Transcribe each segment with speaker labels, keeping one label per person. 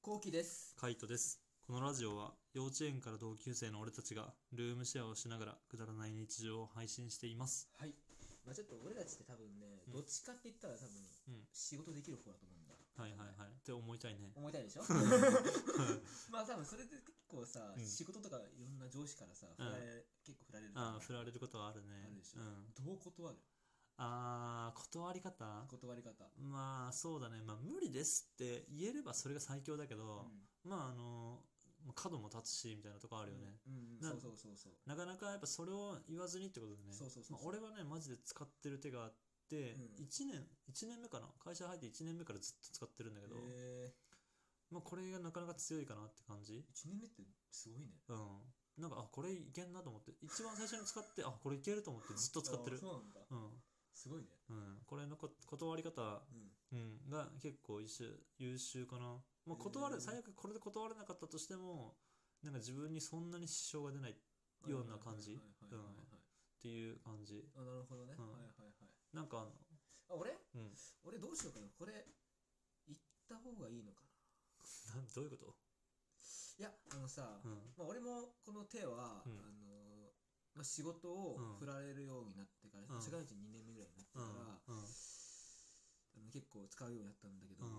Speaker 1: こうきです。
Speaker 2: カイトです。このラジオは幼稚園から同級生の俺たちがルームシェアをしながらくだらない日常を配信しています。
Speaker 1: はい。まあちょっと俺たちって多分ね、
Speaker 2: うん
Speaker 1: どっちかって言ったら多分
Speaker 2: うん。
Speaker 1: 仕事できる方だと思うんだ。
Speaker 2: はいはいはい。って思いたいね。
Speaker 1: 思いたいでしょ まあ多分それで結構さ、
Speaker 2: うん
Speaker 1: 仕事とかいろんな上司からさ、振
Speaker 2: うん
Speaker 1: られ結構振られると思う
Speaker 2: ああ、振られることはあるね。
Speaker 1: あるでしょ
Speaker 2: うん。
Speaker 1: どう断る
Speaker 2: ああ、断り方
Speaker 1: 断り方。
Speaker 2: まあそうだね。まあ無理ですって言えればそれが最強だけど、まああの、まあ角も立つしみたいなとこあ
Speaker 1: あ
Speaker 2: るよね。。
Speaker 1: うん、うん、
Speaker 2: な
Speaker 1: そうそうそうそう。
Speaker 2: なかなかやっぱそれを言わずにってことだね。
Speaker 1: そうそうそうそう
Speaker 2: まあ、俺はね、マジで使ってる手があって、
Speaker 1: うん
Speaker 2: 一年、1年目かな。会社入って1年目からずっと使ってるんだけど。
Speaker 1: えー、
Speaker 2: まあ、これがなかなか強いかなって感じ。
Speaker 1: 1年目ってすごいね。
Speaker 2: うん。なんか、あ、これいけんなと思って、一番最初に使って、あ、これいけると思ってずっと使っ
Speaker 1: あ
Speaker 2: てる
Speaker 1: そ。うなんだ。
Speaker 2: うん。
Speaker 1: すごいね。
Speaker 2: うん。これのこ断り方、
Speaker 1: うん。
Speaker 2: うん、が結構優秀優秀かな。まあ、断
Speaker 1: へー
Speaker 2: る、最悪これで断れなかったとしても、なんか自分にそんなに支障が出ないっような感じ
Speaker 1: はいはいはいはいはい
Speaker 2: ていう感じ。
Speaker 1: あ、なるほどね。
Speaker 2: うん
Speaker 1: はいはいはい。
Speaker 2: なんかあの、
Speaker 1: あ、俺
Speaker 2: うん。
Speaker 1: 俺どうしようかなこれ行った方がいいのかな
Speaker 2: なんどういうこと
Speaker 1: いやあのさ、
Speaker 2: うん。
Speaker 1: まあ、俺もこの手は、
Speaker 2: うん
Speaker 1: あのまあ、仕事を
Speaker 2: うん
Speaker 1: 振られるようになってから、
Speaker 2: うん
Speaker 1: 社会人2年目ぐらいになって
Speaker 2: う
Speaker 1: から、
Speaker 2: ん。うん。
Speaker 1: あの結構使うようになったんだけど、
Speaker 2: うん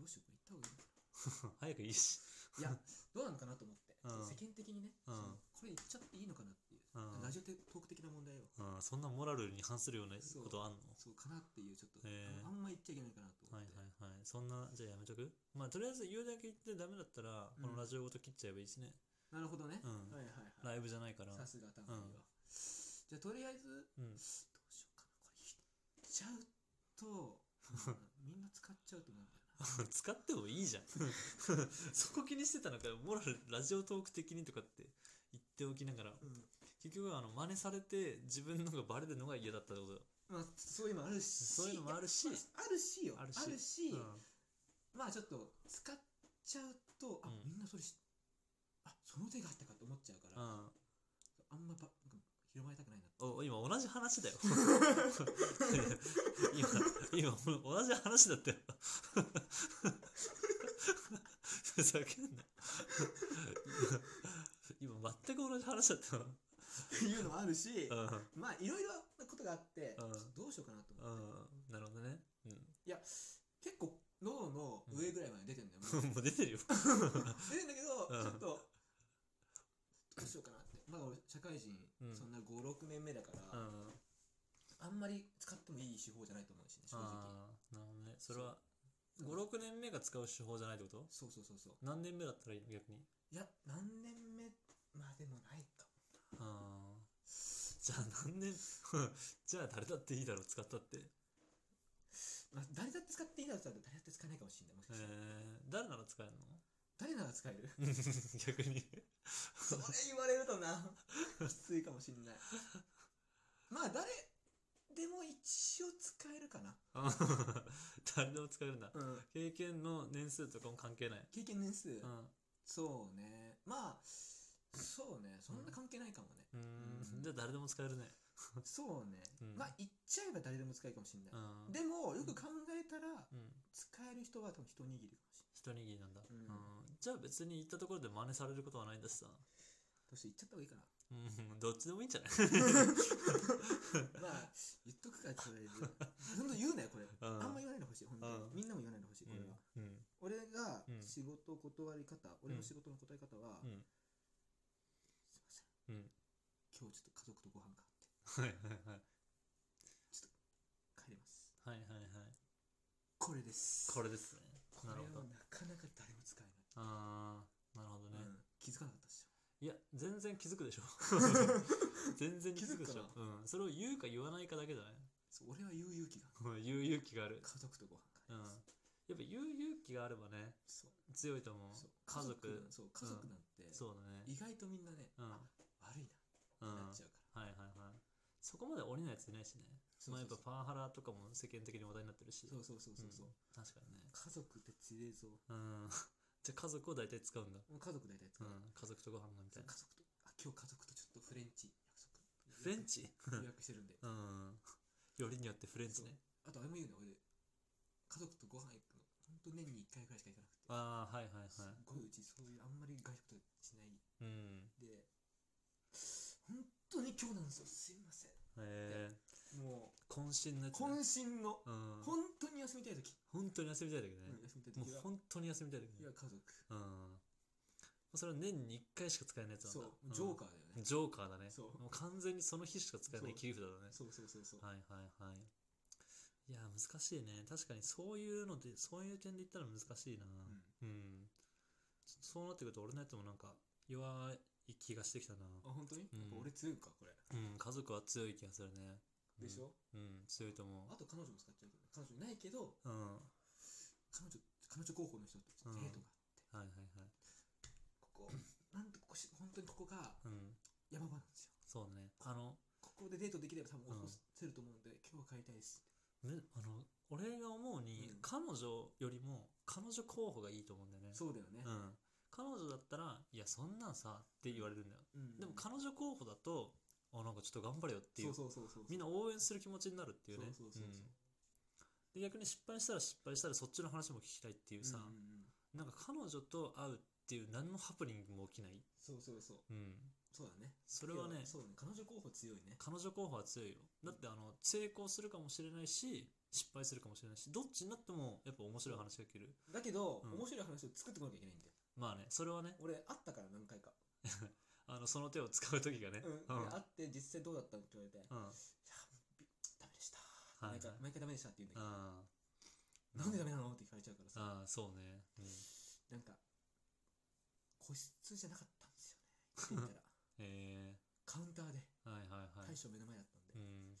Speaker 1: いやどうしようこれ行った方がいいのか
Speaker 2: 早くいいし。
Speaker 1: ないやどうなのかなと思って、
Speaker 2: うん
Speaker 1: 世間的にね、
Speaker 2: うん
Speaker 1: そのこれ行っちゃっていいのかなっていう、
Speaker 2: うん
Speaker 1: ラジオトーク的な問題を
Speaker 2: うん。そんなモラルに反するような
Speaker 1: そう
Speaker 2: ことあんの
Speaker 1: そうかなっていうちょっと、
Speaker 2: へー
Speaker 1: あのあんま言っちゃいけないかなと思
Speaker 2: はい
Speaker 1: っ
Speaker 2: は
Speaker 1: て、
Speaker 2: いはい。そんな、じゃあやめとくまあ、とりあえず言うだけ言ってダメだったら、
Speaker 1: うん
Speaker 2: このラジオごと切っちゃえばいいしね。
Speaker 1: なるほどね、
Speaker 2: うん
Speaker 1: はいはいは
Speaker 2: ラ
Speaker 1: い
Speaker 2: イブじゃないから。
Speaker 1: さすがタンカリは、
Speaker 2: うん
Speaker 1: じゃあとりあえず
Speaker 2: うん。
Speaker 1: ど うしようかな。これ言っちゃうと、うんみんな使っちゃうと思うんだよな。
Speaker 2: 使ってもいいじゃん。 そこ気にしてたのか、モラル、ラジオトーク的にとかって言っておきながら、
Speaker 1: うん
Speaker 2: 結局、あの、真似されて自分のがバレるのが嫌だったってことだ。
Speaker 1: まあ、そういうのもあるし、
Speaker 2: そういうのもあるし
Speaker 1: まああるしよ。あ
Speaker 2: あ
Speaker 1: る
Speaker 2: る
Speaker 1: し
Speaker 2: し、う
Speaker 1: まあちょっと使っちゃうと、あ、
Speaker 2: うん
Speaker 1: みんなそれし、あ、その手があったかと思っちゃうから、
Speaker 2: ん。
Speaker 1: あ
Speaker 2: うん
Speaker 1: んまばなんか広まりたく ないなって。
Speaker 2: お今同じ話 だよ今今同じ話だったよふざけんな今今全く同じ話だったよ
Speaker 1: いうのもあるし、
Speaker 2: うん
Speaker 1: まあいろいろなことがあって、
Speaker 2: うん
Speaker 1: ちょっとどうしようかなと思
Speaker 2: う
Speaker 1: って。
Speaker 2: んなるほどね、
Speaker 1: いや、結構喉の上ぐらいまで出てるんだよ。もうん
Speaker 2: う、 もう出てるよ
Speaker 1: 出るんだけど、
Speaker 2: うん
Speaker 1: ちょっとどうしようかなってまだ俺社会人、
Speaker 2: うん
Speaker 1: そんな56年目だから、
Speaker 2: うん
Speaker 1: あんまり使ってもいい手法じゃないと思うしね正直
Speaker 2: ああなるほどねそれは
Speaker 1: そう
Speaker 2: 56年目が使う手法じゃないってこと
Speaker 1: そうそうそうそう
Speaker 2: 何年目だったらいいの逆に
Speaker 1: いや何年目までもないかも
Speaker 2: ああじゃあ何年 じゃあ誰だっていいだろう使ったって
Speaker 1: まあ、誰だって使っていいだろうと誰だって使えないかもしれないもしか
Speaker 2: え
Speaker 1: したら、
Speaker 2: ー、誰なら使えるの
Speaker 1: 誰なら使え る
Speaker 2: 逆に
Speaker 1: それ言われるとなきついかもしれないまあ誰でも一応使えるかな、
Speaker 2: あ 誰でも使えるんだ
Speaker 1: うん、
Speaker 2: 経験の年数とかも関係ない
Speaker 1: 経験年数、
Speaker 2: うん
Speaker 1: そうねまあそうねそんな関係ないかもね、
Speaker 2: うーんじゃあ誰でも使えるね
Speaker 1: そうね、
Speaker 2: うん
Speaker 1: まあ言っちゃえば誰でも使えるかもしれない、
Speaker 2: うん
Speaker 1: でもよく考えたら
Speaker 2: うん
Speaker 1: 使える人は多分一握りかもしれない
Speaker 2: 一握りなんだ、
Speaker 1: うん
Speaker 2: うんじゃあ別に行ったところで真似されることはないんだしさ
Speaker 1: どうして言っちゃった方がいいか な
Speaker 2: うんどっちでもいいんじゃない
Speaker 1: まあ言っとくかとりあえずほんと言うなよこれ
Speaker 2: う
Speaker 1: あ
Speaker 2: ん
Speaker 1: んま言わないでほしいほんと
Speaker 2: うん
Speaker 1: みんなも言わないでほしいこれは、
Speaker 2: うんうん
Speaker 1: 俺が
Speaker 2: うん
Speaker 1: 仕事断り方、俺の仕事の断り方は、
Speaker 2: うん
Speaker 1: すいません
Speaker 2: うん
Speaker 1: 今日ちょっと家族とご飯があって
Speaker 2: はいはいはい
Speaker 1: 帰ります
Speaker 2: はいはいはい
Speaker 1: これです
Speaker 2: これですね
Speaker 1: これ
Speaker 2: な
Speaker 1: は
Speaker 2: るほど
Speaker 1: なかなか誰も使えない、
Speaker 2: ああなるほどね、
Speaker 1: うん気づかなかったっしょ
Speaker 2: いや全然気づ くでしょ全然気づくでしょ
Speaker 1: 気づく
Speaker 2: うん、それを言うか言わないかだけじゃない
Speaker 1: そう俺は言う勇気が
Speaker 2: 言う勇気がある
Speaker 1: 家族とご飯
Speaker 2: うん
Speaker 1: があります、
Speaker 2: やっぱ言う勇気があればね
Speaker 1: そう
Speaker 2: 強いと思う
Speaker 1: そう
Speaker 2: 家族
Speaker 1: そう家族なんて、
Speaker 2: そうだね
Speaker 1: 意外とみんなね、
Speaker 2: うん
Speaker 1: あ悪い
Speaker 2: うん
Speaker 1: な
Speaker 2: は
Speaker 1: ってなっち
Speaker 2: い
Speaker 1: ゃうから、
Speaker 2: はいはいそこまで降りないやついないしね
Speaker 1: そう
Speaker 2: まあ
Speaker 1: そう
Speaker 2: や
Speaker 1: そ
Speaker 2: っぱ
Speaker 1: う
Speaker 2: パワハラとかも世間的に話題になってるし
Speaker 1: そうそうそうそうそう、
Speaker 2: ん確かにね
Speaker 1: 家族って強えぞ
Speaker 2: うん じゃあ家族を大体使うんだ
Speaker 1: もう家族大体
Speaker 2: う
Speaker 1: 使う、
Speaker 2: ん家族とご飯がみた
Speaker 1: そう
Speaker 2: いな
Speaker 1: 家族とあ今日家族とちょっとフレンチ約束
Speaker 2: フレンチ
Speaker 1: 予約してるん で
Speaker 2: うんよりによってフレンチね
Speaker 1: あとあれも言うね俺家族とご飯行くの本当年に1回ぐらいしか行かなくて
Speaker 2: ああはいはい
Speaker 1: すっ
Speaker 2: はい
Speaker 1: ごいうちそういうあんまり外食とかしない
Speaker 2: うん
Speaker 1: で本当に今日なんですよすいません
Speaker 2: ええ
Speaker 1: もう
Speaker 2: 渾身のやつね、
Speaker 1: 渾身の
Speaker 2: うん、
Speaker 1: 本当に休みたい時、
Speaker 2: 本当に休みたいだけど
Speaker 1: う
Speaker 2: ね
Speaker 1: ん、、休みたい
Speaker 2: も
Speaker 1: 時
Speaker 2: う
Speaker 1: は
Speaker 2: 本当に休みたいだけ
Speaker 1: い
Speaker 2: ど
Speaker 1: や
Speaker 2: ね
Speaker 1: 家族
Speaker 2: うんそれは年に1回しか使えないやつなんだ
Speaker 1: そうジョーカ
Speaker 2: ー、
Speaker 1: ーだよ
Speaker 2: うん
Speaker 1: ね
Speaker 2: ジョーカーだね
Speaker 1: そう
Speaker 2: もう完全にその日しか使えない
Speaker 1: そう
Speaker 2: 切り札だね
Speaker 1: そうそうそうそう
Speaker 2: はいはいはいいや難しいね確かにそういうのでそういう点で言ったら難しいなうん、ちょっとそうなってくると俺のやつもなんか弱い気がしてきたな
Speaker 1: あ本当に、
Speaker 2: うん
Speaker 1: やっぱ俺強いかこれ
Speaker 2: うん家族は強い気がするね
Speaker 1: でしょ、
Speaker 2: うん、うん強いと思
Speaker 1: あと彼女も使っちゃうけど彼女いないけど
Speaker 2: ううんは
Speaker 1: 彼女彼女候補の人とデ
Speaker 2: うん
Speaker 1: ートが、
Speaker 2: いはいはい
Speaker 1: ここなんとここし本当にここが
Speaker 2: うん
Speaker 1: 山場なんですよ
Speaker 2: そうねあの
Speaker 1: ここでデートできれば多分
Speaker 2: うん
Speaker 1: 落とせると思うんで、今日は帰りたいです
Speaker 2: ね、あの俺が思うに、
Speaker 1: うん
Speaker 2: 彼女よりも彼女候補がいいと思うんだよね
Speaker 1: そうだよね
Speaker 2: う、ん、彼女だったら「いやそんなんさ」って言われるんだよ、
Speaker 1: うん
Speaker 2: でも彼女候補だと「あなんかちょっと頑張れよ」っていう
Speaker 1: そうそうそうそう
Speaker 2: みんな応援する気持ちになるっていうね
Speaker 1: そうそうそうそう
Speaker 2: うんで逆に失敗したら失敗したらそっちの話も聞きたいっていうさ、
Speaker 1: うんうんうん
Speaker 2: なんか彼女と会うっていう何のハプニングも起きない、
Speaker 1: そうそうそう
Speaker 2: うん、
Speaker 1: そうだね
Speaker 2: それはね
Speaker 1: いやそうだね彼女候補強いね
Speaker 2: 彼女候補は強いよだってあの成功するかもしれないし失敗するかもしれないしどっちになってもやっぱ面白い話が聞ける
Speaker 1: だけど、
Speaker 2: うん
Speaker 1: 面白い話を作ってこなきゃいけないんだよ
Speaker 2: まあねそれはね
Speaker 1: 俺会ったから何回か、
Speaker 2: あのその手を使う時がね
Speaker 1: うん
Speaker 2: う
Speaker 1: で
Speaker 2: ん
Speaker 1: 会って実際どうだったのって言われて、
Speaker 2: うん
Speaker 1: ダメでした、
Speaker 2: はいはい
Speaker 1: 毎回毎回ダメでしたって言うんだけど、
Speaker 2: あー
Speaker 1: なんでダメなのって聞かれちゃうからさ、
Speaker 2: あーそうね、うん、
Speaker 1: なんか、個室じゃなかったんですよね。って言ったら、
Speaker 2: え
Speaker 1: カウンターで
Speaker 2: ー、はいはいは
Speaker 1: 大
Speaker 2: い
Speaker 1: 将目の前だったんで、
Speaker 2: うん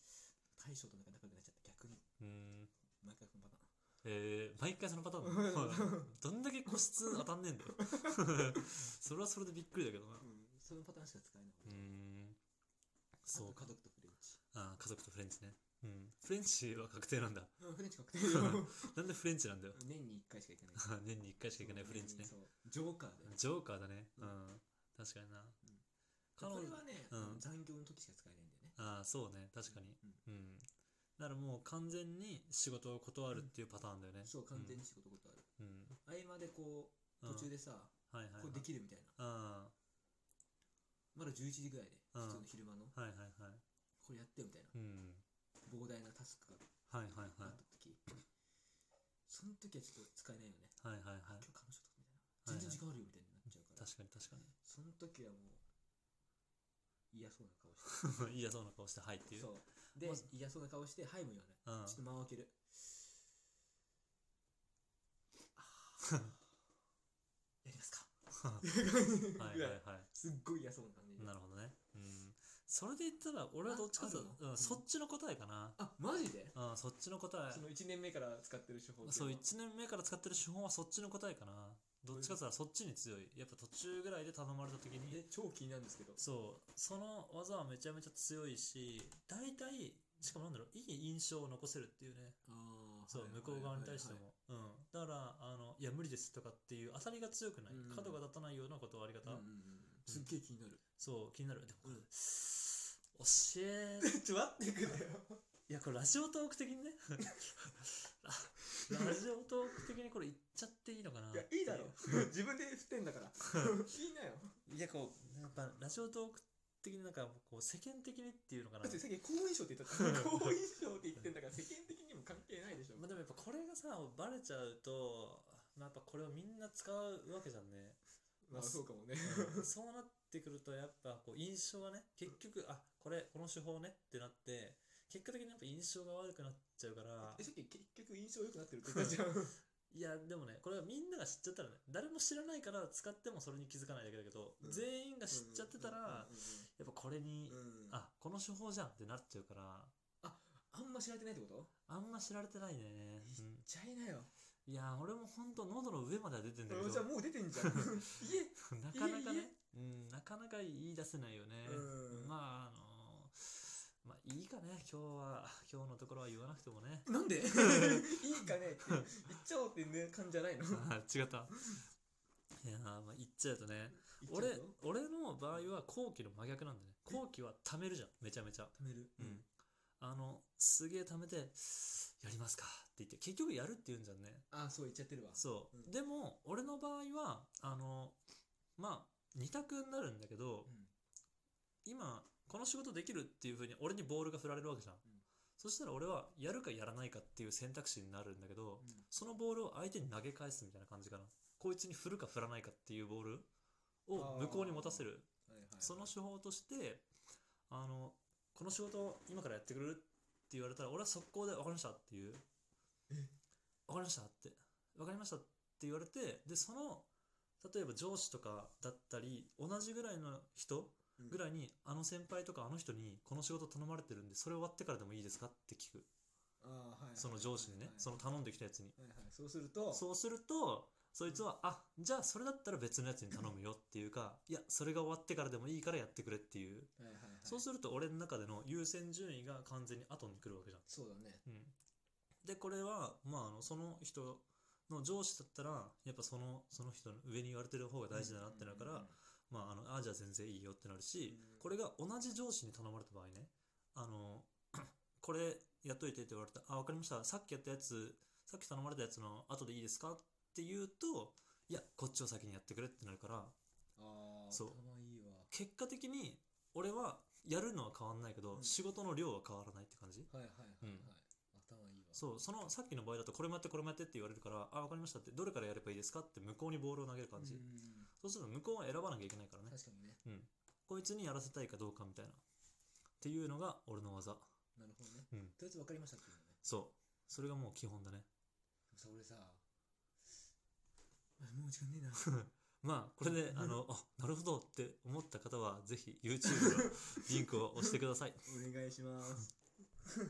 Speaker 1: 大将となんか仲良くなっちゃって、逆に、
Speaker 2: うん
Speaker 1: 毎回このパターン。
Speaker 2: えー、毎回そのパターンだそうだ ねどんだけ個室当たんねえんだよ それはそれでびっくりだけどな
Speaker 1: うん、そのパターンしか使えない。
Speaker 2: うーん
Speaker 1: そ
Speaker 2: そうう
Speaker 1: 家族とフレンチ。
Speaker 2: あー家族とフレンチねうんフレンチは確定なんだ
Speaker 1: うん、フレンチ確定よ。
Speaker 2: なんでフレンチなんだよ
Speaker 1: 年に1回しか行けない。
Speaker 2: 年に1回しか行けないフレンチね
Speaker 1: そう、ジョーカーで。
Speaker 2: ジョーカーだね
Speaker 1: う
Speaker 2: うんん確かにな
Speaker 1: こ
Speaker 2: 彼
Speaker 1: れ
Speaker 2: 女
Speaker 1: はね、
Speaker 2: うん
Speaker 1: 残業の時しか使えないんだよね。
Speaker 2: ああそうね確かに
Speaker 1: うん
Speaker 2: うんだからもう完全に仕事を断るっていうパターンだよね
Speaker 1: そう、完全に仕事ことある。
Speaker 2: うん
Speaker 1: 合間でこう、
Speaker 2: うんうん
Speaker 1: 途中でさ、
Speaker 2: はいはいは
Speaker 1: こ
Speaker 2: いう
Speaker 1: できるみたいな。
Speaker 2: あ
Speaker 1: まだ11時ぐらいで、
Speaker 2: うん
Speaker 1: 普通の昼間の、
Speaker 2: あはいはいはい
Speaker 1: これやってみたいな。
Speaker 2: うん
Speaker 1: 膨大なタスクが
Speaker 2: はいはい
Speaker 1: あ
Speaker 2: は
Speaker 1: った時、その時はちょっと使えないよね。
Speaker 2: いはいはいはい
Speaker 1: 今日彼女とみたいな。全然時間あるよみたいになっちゃうから。
Speaker 2: 確かに 確か
Speaker 1: その時はもう、嫌そうな顔して。
Speaker 2: に嫌そうな顔してはいっていう、
Speaker 1: そうう。で
Speaker 2: まあ、
Speaker 1: 嫌そうな顔して、はいも言わない。
Speaker 2: ん、
Speaker 1: ちょっと間を開ける。 やりますか
Speaker 2: はい
Speaker 1: ぐ
Speaker 2: はい
Speaker 1: ら
Speaker 2: はい
Speaker 1: すっごい嫌そうな感じ
Speaker 2: い
Speaker 1: で
Speaker 2: な。るほどね、うん、それで言ったら俺はどっちかという
Speaker 1: あある
Speaker 2: と、
Speaker 1: の
Speaker 2: うん、そっちの答えかな、
Speaker 1: あ、マジで
Speaker 2: うん、そっちの答
Speaker 1: その
Speaker 2: え
Speaker 1: 1年目から使ってる手法ってい
Speaker 2: そう
Speaker 1: の
Speaker 2: 1
Speaker 1: は
Speaker 2: 年目から使ってる手法はそっちの答えかなどっちかというとそっちに強いやっぱ途中ぐらいで頼まれた時に
Speaker 1: え超気になるんですけど。
Speaker 2: そうその技はめちゃめちゃ強いし大体しかもなんだろういい印象を残せるっていうね
Speaker 1: あ
Speaker 2: そう、向こう側に対して。も、うん、だからあの、いや、無理ですとかっていう、当たりが強くない、
Speaker 1: うん
Speaker 2: 角が立たないような断り
Speaker 1: う
Speaker 2: 方、
Speaker 1: んうんうんすっげえ気になる。
Speaker 2: そう、気になる。でも、これ、
Speaker 1: う
Speaker 2: 教え、
Speaker 1: ちょ、待ってくれよ。
Speaker 2: いや、これ、ラジオトーク的にね、ララジオトーク的にこれ、言っちゃっていいのかな。
Speaker 1: いや、いいだろ。自分で振ってん だから。いいなよ。
Speaker 2: いや、こう、やっぱ、ラジオトーク的になんか、こう、世間的にっていうのかな
Speaker 1: だっ。てさっき好印象って言った から好印象って言ってんだから世間的にも関係ないでしょ。
Speaker 2: まあ、でもやっぱこれがさ、バレちゃうと、まあ、やっぱこれをみんな使うわけじゃんね。
Speaker 1: まあそうかもね。
Speaker 2: うん そうなってくるとやっぱこう印象がね結局あこれこの手法ねってなって結果的にやっぱ印象が悪くなっちゃうから
Speaker 1: え、さっき結局印象良くなってるって言ったじ ゃん。
Speaker 2: いやでもねこれはみんなが知っちゃったらね誰も知らないから使ってもそれに気づかないだけだけど、
Speaker 1: うん
Speaker 2: 全員が知っちゃってたら、や
Speaker 1: う
Speaker 2: っぱこれに、
Speaker 1: んうんうんうん、あ
Speaker 2: あこの手法じゃんってなっちゃうから
Speaker 1: あんま知られてないってこと
Speaker 2: あんま知られてないね、うん
Speaker 1: じゃいなよ。
Speaker 2: いや俺も本当喉の上までは出てんだけど
Speaker 1: じゃあもう出てんじ ゃん。いえ、
Speaker 2: なかな
Speaker 1: い
Speaker 2: か
Speaker 1: えい
Speaker 2: ね、うん、なかなか言い出せないよね。
Speaker 1: うん
Speaker 2: まあ、あのまあいいかね、今日は、今日のところは言わなくて もね。
Speaker 1: なんでいいかねって言っちゃおうってね感じじゃないの
Speaker 2: あー違った。いやーまあ言っちゃうとね。俺
Speaker 1: 言っちゃうぞ、
Speaker 2: 俺の場合は後期の真逆なんだね。後期は貯めるじゃん、めちゃめちゃ。
Speaker 1: 貯める。
Speaker 2: うん。あの、すげえ貯めて、いやりますかって言って、結局やるって言うんじゃんね。
Speaker 1: あそう言っちゃってるわ
Speaker 2: そう、
Speaker 1: うん
Speaker 2: でも俺の場合はあのまあ2択になるんだけど、
Speaker 1: うん
Speaker 2: 今この仕事できるっていうふうに俺にボールが振られるわけじゃん、
Speaker 1: ん
Speaker 2: そしたら俺はやるかやらないかっていう選択肢になるんだけど、
Speaker 1: うん
Speaker 2: そのボールを相手に投げ返すみたいな感じかなこいつに振るか振らないかっていうボールを向こうに持たせる
Speaker 1: はいはいはい
Speaker 2: その手法としてあのこの仕事を今からやってくれるって言われたら俺は速攻で分かりましたっていう
Speaker 1: え
Speaker 2: 分かりましたって分かりましたって言われてでその例えば上司とかだったり同じぐらいの人
Speaker 1: うん
Speaker 2: ぐらいに、あの先輩とかあの人にこの仕事頼まれてるんでそれ終わってからでもいいですかって聞く
Speaker 1: あーはいはい
Speaker 2: その上司に
Speaker 1: は
Speaker 2: ね
Speaker 1: い
Speaker 2: その頼んできたやつに
Speaker 1: はいはいそうすると
Speaker 2: そうするとそいつはあじゃあそれだったら別のやつに頼むよっていうかいやそれが終わってからでもいいからやってくれっていう
Speaker 1: はいはいはい
Speaker 2: そうすると俺の中での優先順位が完全に後に来るわけじゃん。
Speaker 1: そうだね
Speaker 2: うん、でこれは、まあ、あのその人の上司だったらやっぱそのその人の上に言われてる方が大事だなってなるから、まあ、あのあじゃあ全然いいよってなるし、
Speaker 1: うん
Speaker 2: これが同じ上司に頼まれた場合ねあの これやっといてって言われたあ分かりましたさっきやったやつさっき頼まれたやつの後でいいですかって言うといやこっちを先にやってくれってなるから
Speaker 1: ああ
Speaker 2: そう
Speaker 1: 頭いいわ
Speaker 2: 結果的に俺はやるのは変わんないけど、
Speaker 1: うん
Speaker 2: 仕事の量は変わらないって感じ
Speaker 1: はいはいはいはい、
Speaker 2: うん
Speaker 1: 頭いいわ
Speaker 2: そうそのさっきの場合だとこれもやってこれもやってって言われるからあ分かりましたってどれからやればいいですかって向こうにボールを投げる感じ、
Speaker 1: うん
Speaker 2: そうすると向こうは選ばなきゃいけないからね
Speaker 1: 確かにね
Speaker 2: うんこいつにやらせたいかどうかみたいなっていうのが俺の技
Speaker 1: なるほどね
Speaker 2: うん
Speaker 1: とりあえず分かりましたっていうのね
Speaker 2: そうそれがもう基本だね
Speaker 1: でもさ 俺さあもう時間ねえな
Speaker 2: まあこれであのあなるほどって思った方はぜひ YouTube のリンクを押してください
Speaker 1: お願いします